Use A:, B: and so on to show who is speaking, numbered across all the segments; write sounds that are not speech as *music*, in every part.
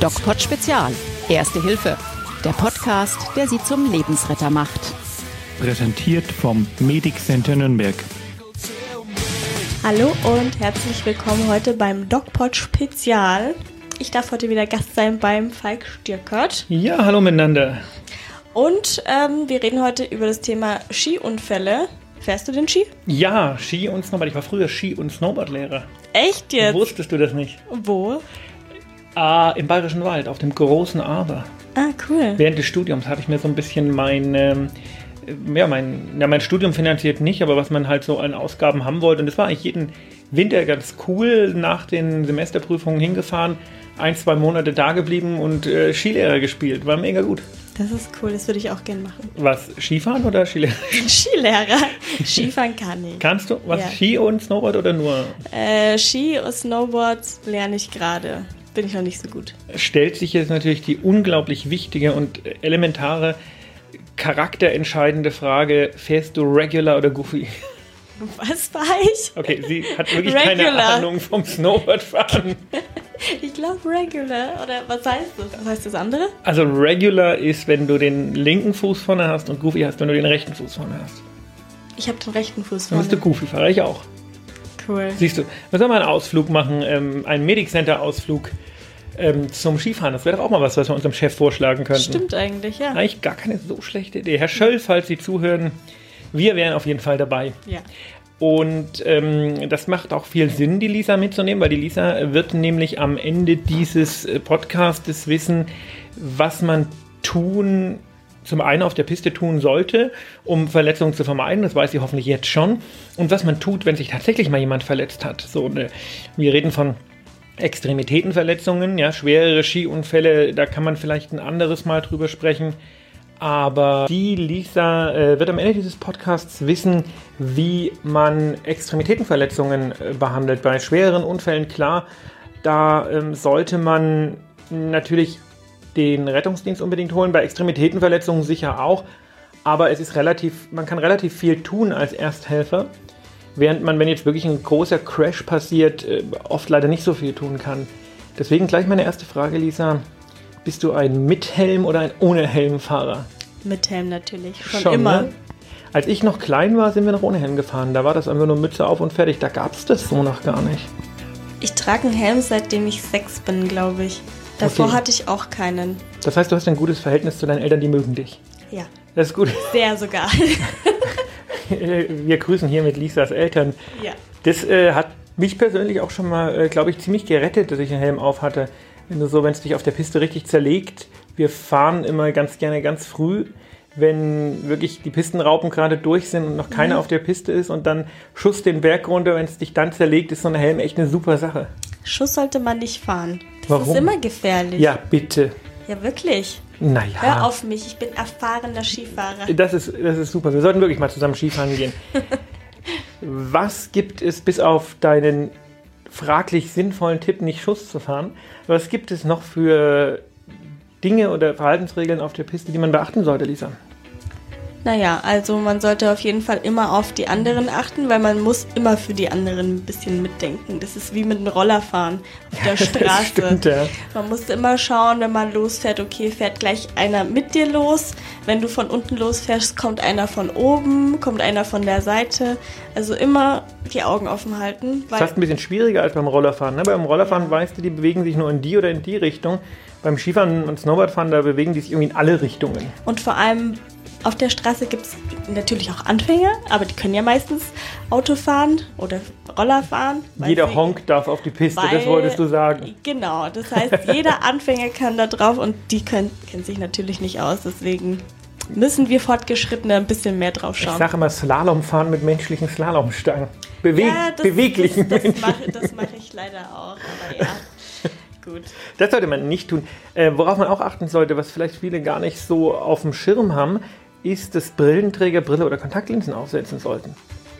A: DocPod Spezial. Erste Hilfe. Der Podcast, der Sie zum Lebensretter macht.
B: Präsentiert vom Medic Center Nürnberg.
C: Hallo und herzlich willkommen heute beim DocPod Spezial. Ich darf heute wieder Gast sein beim Falk Stierkert.
D: Ja, hallo miteinander.
C: Und ähm, wir reden heute über das Thema Skiunfälle. Fährst du den Ski?
D: Ja, Ski und Snowboard. Ich war früher Ski- und Snowboardlehrer.
C: Echt jetzt?
D: Wusstest du das nicht?
C: Wo?
D: Ah, im Bayerischen Wald, auf dem großen Aber.
C: Ah, cool.
D: Während des Studiums habe ich mir so ein bisschen mein, ähm, ja, mein, ja, mein Studium finanziert nicht, aber was man halt so an Ausgaben haben wollte. Und das war eigentlich jeden Winter ganz cool, nach den Semesterprüfungen hingefahren, ein, zwei Monate da geblieben und äh, Skilehrer gespielt. War mega gut.
C: Das ist cool, das würde ich auch gerne machen. *laughs*
D: Was, Skifahren oder Skilehrer? *laughs*
C: Skilehrer. Skifahren kann ich.
D: Kannst du was,
C: Ja.
D: Ski und Snowboard oder nur?
C: Äh, Ski und Snowboard lerne ich gerade. Bin ich noch nicht so gut.
D: stellt sich jetzt natürlich die unglaublich wichtige und elementare, charakterentscheidende Frage, fährst du regular oder goofy? *laughs*
C: Was war ich?
D: Okay, sie hat wirklich keine
C: Regular.
D: Ahnung vom Snowboardfahren.
C: Ich glaube regular. Oder was heißt das? Was heißt das andere?
D: Also regular ist, wenn du den linken Fuß vorne hast und goofy hast, wenn du den rechten Fuß vorne hast.
C: Ich habe den rechten Fuß
D: Dann
C: vorne.
D: bist du goofy, fahre ich auch.
C: cool.
D: Siehst du, wir sollen mal einen Ausflug machen, ähm, einen Medic Center Ausflug ähm, zum Skifahren. Das wäre doch auch mal was, was wir unserem Chef vorschlagen könnten.
C: Stimmt eigentlich, ja.
D: Eigentlich gar keine so schlechte Idee. Herr Schöll, falls Sie zuhören, wir wären auf jeden Fall dabei.
C: Ja.
D: Und ähm, das macht auch viel Sinn, die Lisa mitzunehmen, weil die Lisa wird nämlich am Ende dieses äh, Podcastes wissen, was man tun, zum einen auf der Piste tun sollte, um Verletzungen zu vermeiden, das weiß sie hoffentlich jetzt schon, und was man tut, wenn sich tatsächlich mal jemand verletzt hat. So, eine, wir reden von Extremitätenverletzungen, ja, schwerere Skiunfälle, da kann man vielleicht ein anderes Mal drüber sprechen. Aber die Lisa äh, wird am Ende dieses Podcasts wissen, wie man Extremitätenverletzungen äh, behandelt. Bei schwereren Unfällen, klar, da ähm, sollte man natürlich den Rettungsdienst unbedingt holen, bei Extremitätenverletzungen sicher auch. Aber es ist relativ, man kann relativ viel tun als Ersthelfer, während man, wenn jetzt wirklich ein großer Crash passiert, äh, oft leider nicht so viel tun kann. Deswegen gleich meine erste Frage, Lisa. Bist du ein mit Helm oder ein ohne Helmfahrer?
C: Mit Helm natürlich. Schon, immer.
D: ne? Als ich noch klein war, sind wir noch ohne Helm gefahren. Da war das einfach nur Mütze auf und fertig. Da gab es das so noch gar nicht.
C: Ich trage einen Helm, seitdem ich sechs bin, glaube ich. Davor
D: Okay.
C: hatte ich auch keinen.
D: Das heißt, du hast ein gutes Verhältnis zu deinen Eltern, die mögen dich.
C: Ja.
D: Das ist gut. *laughs*
C: Sehr sogar. *laughs*
D: Wir grüßen hier mit Lisas Eltern.
C: ja.
D: Das äh, hat mich persönlich auch schon mal, äh, glaube ich, ziemlich gerettet, dass ich einen Helm auf hatte. Wenn du so, wenn es dich auf der Piste richtig zerlegt, wir fahren immer ganz gerne ganz früh, wenn wirklich die Pistenraupen gerade durch sind und noch keiner auf der Piste ist und dann Schuss den Berg runter, wenn es dich dann zerlegt, ist so ein Helm echt eine super Sache.
C: Schuss sollte man nicht fahren. Das
D: Warum?
C: ist immer gefährlich.
D: Ja, Ah. bitte.
C: Ja, wirklich.
D: Naja.
C: Hör auf mich, ich bin erfahrener Skifahrer.
D: Das ist, das ist super. Wir sollten wirklich mal zusammen Skifahren
C: *laughs*
D: gehen. Was gibt es bis auf deinen fraglich sinnvollen Tipp, nicht Schuss zu fahren? Was gibt es noch für Dinge oder Verhaltensregeln auf der Piste, die man beachten sollte, Lisa?
C: Naja, also man sollte auf jeden Fall immer auf die anderen achten, weil man muss immer für die anderen ein bisschen mitdenken. Das ist wie mit einem Rollerfahren auf
D: *laughs*
C: der Straße.
D: stimmt, ja.
C: Man muss immer schauen, wenn man losfährt, okay, fährt gleich einer mit dir los. Wenn du von unten losfährst, kommt einer von oben, kommt einer von der Seite. Also immer die Augen offen halten.
D: Das ist fast ein bisschen schwieriger als beim Rollerfahren. Ne? Beim Rollerfahren weißt du, die bewegen sich nur in die oder in die Richtung. Beim Skifahren und Snowboardfahren, da bewegen die sich irgendwie in alle Richtungen.
C: Und vor allem auf der Straße gibt es natürlich auch Anfänger, aber die können ja meistens Auto fahren oder Roller fahren. weil
D: Jeder
C: sie-
D: Honk darf auf die Piste, das
C: weil-
D: wolltest du sagen.
C: Genau, das heißt,
D: *laughs*
C: jeder Anfänger kann da drauf und die können, kennen sich natürlich nicht aus. Deswegen müssen wir Fortgeschrittene ein bisschen mehr drauf
D: Ich
C: schauen.
D: sage immer Slalom fahren mit menschlichen Slalomstangen. Bewe
C: Ja, das-
D: beweglichen
C: Das, das
D: Menschen.
C: mache das mache ich leider auch, aber
D: *laughs*
C: ja. Gut.
D: Das sollte man nicht tun. Äh, worauf man auch achten sollte, was vielleicht viele gar nicht so auf dem Schirm haben, ist, dass Brillenträger Brille oder Kontaktlinsen aufsetzen sollten.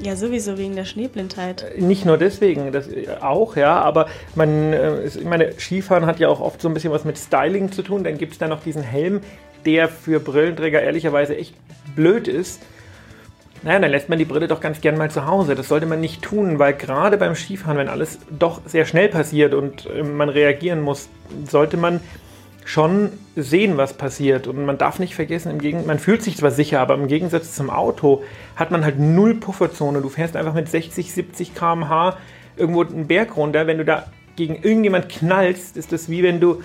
C: Ja, sowieso wegen der Schneeblindheit.
D: Nicht nur deswegen, das äh, auch, ja, aber man, äh, ist- ich meine, Skifahren hat ja auch oft so ein bisschen was mit Styling zu tun. Dann gibt es da noch diesen Helm, der für Brillenträger ehrlicherweise echt blöd ist. Naja, dann lässt man die Brille doch ganz gern mal zu Hause. Das sollte man nicht tun, weil gerade beim Skifahren, wenn alles doch sehr schnell passiert und äh, man reagieren muss, sollte man schon sehen, was passiert. Und man darf nicht vergessen, im Gegen man fühlt sich zwar sicher, aber im Gegensatz zum Auto hat man halt null Pufferzone. Du fährst einfach mit 60, 70 km/h irgendwo einen Berg runter. Wenn du da gegen irgendjemand knallst, ist das wie wenn du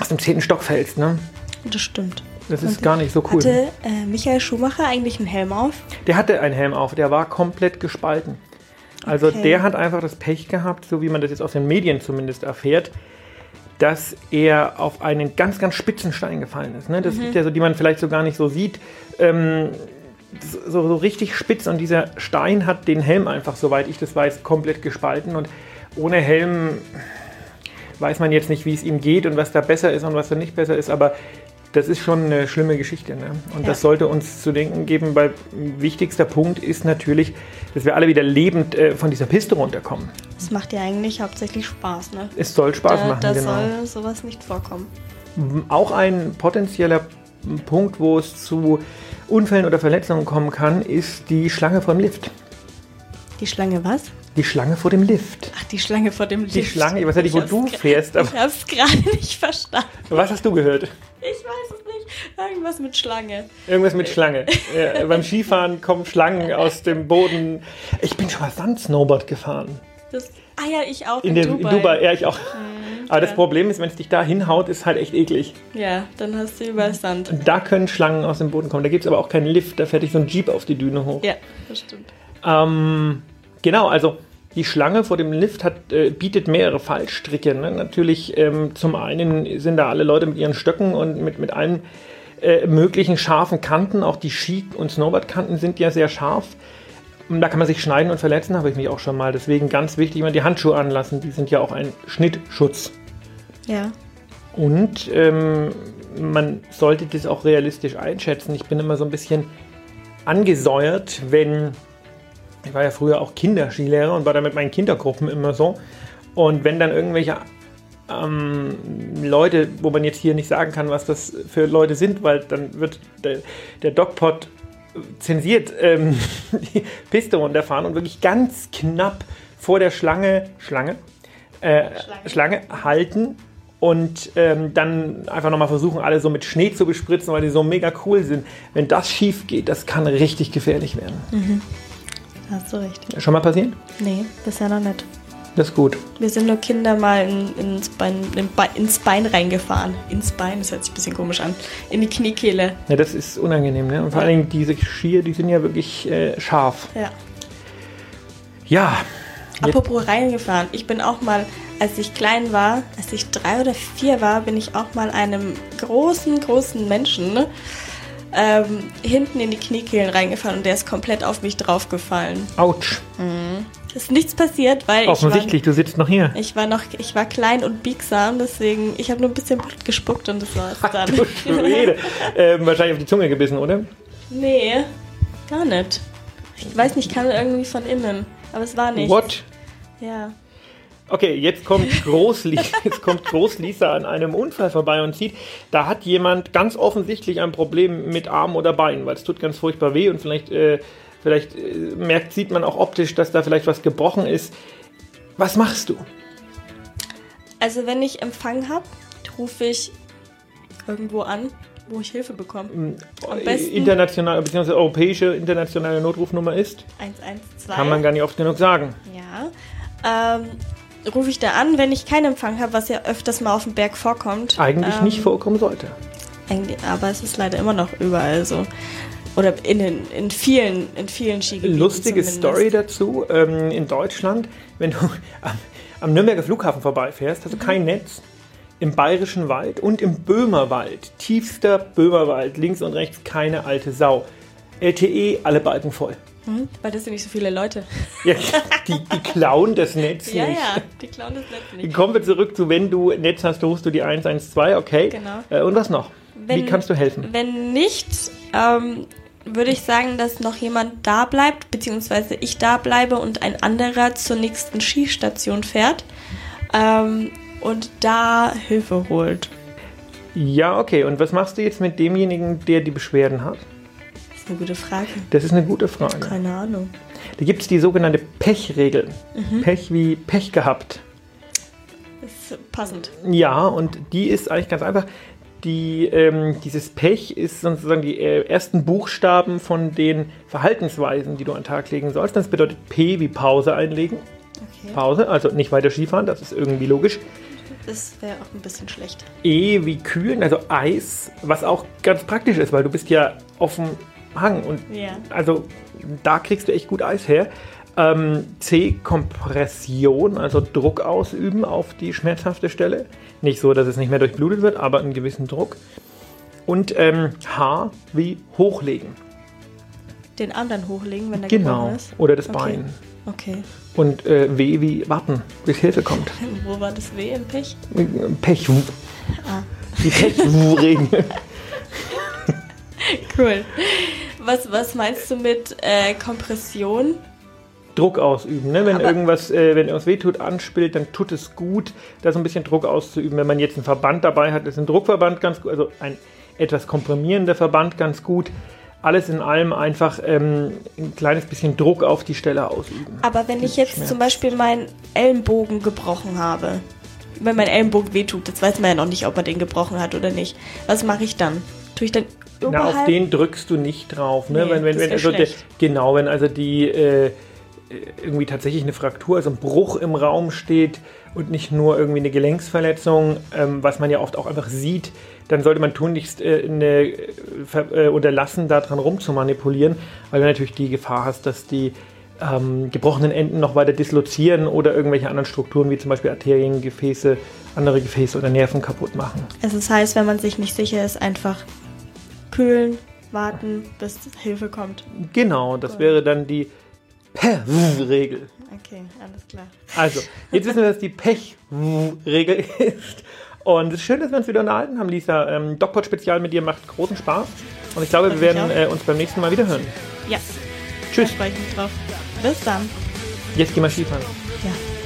D: aus dem zehnten Stock fällst. Ne?
C: Das stimmt.
D: Das ist gar nicht so cool.
C: Hatte äh, Michael Schumacher eigentlich einen Helm auf?
D: Der hatte einen Helm auf, der war komplett gespalten. Also
C: Okay.
D: der hat einfach das Pech gehabt, so wie man das jetzt aus den Medien zumindest erfährt, dass er auf einen ganz, ganz spitzen Stein gefallen ist. Ne? Das ist ja so, die man vielleicht so gar nicht so sieht. Ähm, so, so richtig spitz und dieser Stein hat den Helm einfach, soweit ich das weiß, komplett gespalten und ohne Helm weiß man jetzt nicht, wie es ihm geht und was da besser ist und was da nicht besser ist, aber das ist schon eine schlimme Geschichte. Ne? Und das
C: Ja.
D: sollte uns zu denken geben, weil wichtigster Punkt ist natürlich, dass wir alle wieder lebend äh, von dieser Piste runterkommen.
C: Das macht ja eigentlich hauptsächlich Spaß, ne?
D: Es soll Spaß
C: da
D: machen,
C: da
D: genau.
C: soll sowas nicht vorkommen.
D: Auch ein potenzieller Punkt, wo es zu Unfällen oder Verletzungen kommen kann, ist die Schlange vor dem Lift.
C: Die Schlange was?
D: Die Schlange vor dem Lift.
C: Ach, die Schlange vor dem Lift.
D: Die Schlange, ich weiß ja nicht, wo
C: hab's
D: du
C: gra-
D: fährst, aber
C: Ich hab's gerade *laughs* nicht verstanden.
D: was hast du gehört?
C: Ich weiß es nicht. Irgendwas mit Schlange.
D: Irgendwas mit Schlange. ja, beim Skifahren kommen Schlangen aus dem Boden. Ich bin schon mal Sand-Snowboard gefahren.
C: Das, ah ja, ich auch.
D: In, dem, Dubai. Mhm, in Dubai, ja, ich auch. Aber das Problem ist, wenn es dich da hinhaut, ist halt echt eklig.
C: Ja, dann hast du überall Sand.
D: Und da können Schlangen aus dem Boden kommen. Da gibt es aber auch keinen Lift, da fährt dich so ein Jeep auf die Düne hoch.
C: Ja, das stimmt.
D: Ähm, genau, also die Schlange vor dem Lift hat, äh, bietet mehrere Fallstricke. Ne? Natürlich, ähm, zum einen sind da alle Leute mit ihren Stöcken und mit, mit allen äh, möglichen scharfen Kanten. Auch die Ski- und Snowboardkanten sind ja sehr scharf. Und Da kann man sich schneiden und verletzen, habe ich mich auch schon mal. Deswegen ganz wichtig, immer die Handschuhe anlassen. Die sind ja auch ein Schnittschutz.
C: Ja.
D: Und ähm, man sollte das auch realistisch einschätzen. Ich bin immer so ein bisschen angesäuert, wenn ich war ja früher auch Kinderskilehrer und war da mit meinen Kindergruppen immer so. Und wenn dann irgendwelche ähm, Leute, wo man jetzt hier nicht sagen kann, was das für Leute sind, weil dann wird der, der Dogpot zensiert ähm, *laughs* die Piste runterfahren und wirklich ganz knapp vor der Schlange, Schlange, äh, Schlange. halten und ähm, dann einfach nochmal versuchen, alle so mit Schnee zu bespritzen, weil die so mega cool sind. Wenn das schief geht, das kann richtig gefährlich werden.
C: Hast du recht.
D: Schon mal passiert?
C: Nee, bisher noch nicht.
D: Das ist gut.
C: Wir sind nur Kinder mal in, ins, Bein, in, Be- ins Bein reingefahren. Ins Bein, das hört sich ein bisschen komisch an. In die Kniekehle.
D: Ja, das ist unangenehm, ne? Und vor allen Dingen diese Skier, die sind ja wirklich äh, scharf.
C: Ja.
D: Ja, Jetzt-
C: Apropos reingefahren. Ich bin auch mal, als ich klein war, als ich drei oder vier war, bin ich auch mal einem großen, großen Menschen ähm, hinten in die Kniekehlen reingefahren und der ist komplett auf mich draufgefallen.
D: ouch.
C: Ist nichts passiert, weil ich war,
D: Offensichtlich, du sitzt noch hier.
C: ich war noch, ich war klein und biegsam, deswegen, ich habe nur ein bisschen Blut gespuckt und das war's
D: Ach,
C: dann.
D: *laughs* du Schwede. ähm, wahrscheinlich auf die Zunge gebissen, oder?
C: *laughs* nee, gar nicht. Ich weiß nicht, kann irgendwie von innen, aber es war nicht.
D: What?
C: Ja.
D: Okay, jetzt kommt Großli *laughs* jetzt kommt Großlisa an einem Unfall vorbei und sieht, da hat jemand ganz offensichtlich ein Problem mit Arm oder Bein, weil es tut ganz furchtbar weh und vielleicht, äh, vielleicht äh, merkt, sieht man auch optisch, dass da vielleicht was gebrochen ist. Was machst du?
C: Also wenn ich Empfang habe, rufe ich irgendwo an, wo ich Hilfe
D: Mm,
C: bekomme. Am besten-
D: Internationale bzw. europäische internationale Notrufnummer ist?
C: 112.
D: Kann man gar nicht oft genug sagen.
C: Ja. Ähm, rufe ich da an, wenn ich keinen Empfang habe, was ja öfters mal auf dem Berg vorkommt.
D: Eigentlich
C: ähm,
D: nicht vorkommen sollte.
C: eigentlich- Aber es ist leider immer noch überall so. Oder in, den, in vielen, in vielen Skigebieten
D: Lustige
C: zumindest.
D: Story dazu. Ähm, in Deutschland, wenn du *laughs* am, am Nürnberger Flughafen vorbeifährst,
C: Mhm.
D: hast du kein Netz. Im Bayerischen Wald und im Böhmerwald, tiefster Böhmerwald, links und rechts keine alte Sau. LTE, alle Balken voll. *laughs*
C: Weil das sind nicht so viele Leute.
D: Ja, die, die klauen das Netz
C: Ja,
D: nicht.
C: ja, die klauen das Netz nicht.
D: Kommen wir zurück zu, wenn du Netz hast, rufst du die 112, okay.
C: Genau.
D: Äh, und was noch? Wie
C: Wenn-
D: kannst du helfen?
C: Wenn nicht, ähm, würde ich sagen, dass noch jemand da bleibt, beziehungsweise ich da bleibe und ein anderer zur nächsten Skistation fährt ähm, und da Hilfe holt.
D: Ja, okay. Und was machst du jetzt mit demjenigen, der die Beschwerden hat?
C: ist eine gute Frage.
D: Das ist eine gute Frage.
C: Keine Ahnung.
D: Da gibt es die sogenannte Pechregel. Pech wie Pech gehabt.
C: Ist passend.
D: Ja, und die ist eigentlich ganz einfach. Die, ähm, dieses Pech ist sozusagen die äh, ersten Buchstaben von den Verhaltensweisen, die du an den Tag legen sollst. Das bedeutet P wie Pause einlegen.
C: Okay.
D: Pause, also nicht weiter Skifahren, das ist irgendwie logisch.
C: Das wäre auch ein bisschen schlecht.
D: E wie Kühlen, also Eis, was auch ganz praktisch ist, weil du bist ja auf dem Hang und
C: Ja.
D: also da kriegst du echt gut Eis her. Ähm, C, Kompression, also Druck ausüben auf die schmerzhafte Stelle. Nicht so, dass es nicht mehr durchblutet wird, aber einen gewissen Druck. Und ähm, H, wie hochlegen.
C: Den Arm dann hochlegen, wenn der
D: Genau.
C: gebrochen ist.
D: Oder das
C: Okay.
D: Bein.
C: Okay. *laughs*
D: Und äh, W, wie warten, bis Hilfe kommt.
C: Wo war das Weh im Pech?
D: Pech. Die Pechwuring.
C: Cool. Was, was meinst du mit äh, Kompression?
D: Druck ausüben. Ne? Wenn,
C: Aber-
D: irgendwas, äh, wenn irgendwas wehtut, anspielt, dann tut es gut, da so ein bisschen Druck auszuüben. Wenn man jetzt einen Verband dabei hat, ist ein Druckverband ganz gut, also ein etwas komprimierender Verband ganz gut. Alles in allem einfach ähm, ein kleines bisschen Druck auf die Stelle ausüben.
C: Aber wenn ich jetzt
D: Schmerz.
C: zum Beispiel meinen Ellenbogen gebrochen habe, wenn mein Ellenbogen wehtut, jetzt weiß man ja noch nicht, ob man den gebrochen hat oder nicht. Was mache ich dann? Tue ich dann
D: Na,
C: oberhalb?
D: auf den drückst du nicht drauf. Ne?
C: Nee,
D: wenn, wenn,
C: das
D: wenn,
C: wär
D: also der,
C: schlecht.
D: genau, wenn also die äh, irgendwie tatsächlich eine Fraktur, also ein Bruch im Raum steht und nicht nur irgendwie eine Gelenksverletzung, ähm, was man ja oft auch einfach sieht, dann sollte man tunlichst äh, eine, äh, ver- äh, unterlassen, daran rumzumanipulieren, weil du natürlich die Gefahr hast, dass die ähm, gebrochenen Enden noch weiter dislozieren oder irgendwelche anderen Strukturen wie zum Beispiel Arterien, Gefäße, andere Gefäße oder Nerven kaputt machen.
C: Also das heißt, wenn man sich nicht sicher ist, einfach kühlen, warten, bis Hilfe kommt.
D: Genau, das wäre dann die Pech-Regel.
C: Okay, alles klar.
D: Also, jetzt wissen wir, dass die Pech-Regel ist. Und es ist schön, dass wir uns wieder unterhalten haben, Lisa. Ähm, DocPod-Spezial mit dir macht großen Spaß. Und ich glaube, wir
C: Fand ich
D: werden äh, uns beim nächsten Mal wieder hören.
C: Ja,
D: Tschüss.
C: da freue ich mich drauf. Bis dann.
D: Jetzt gehen wir Skifahren.
C: Ja.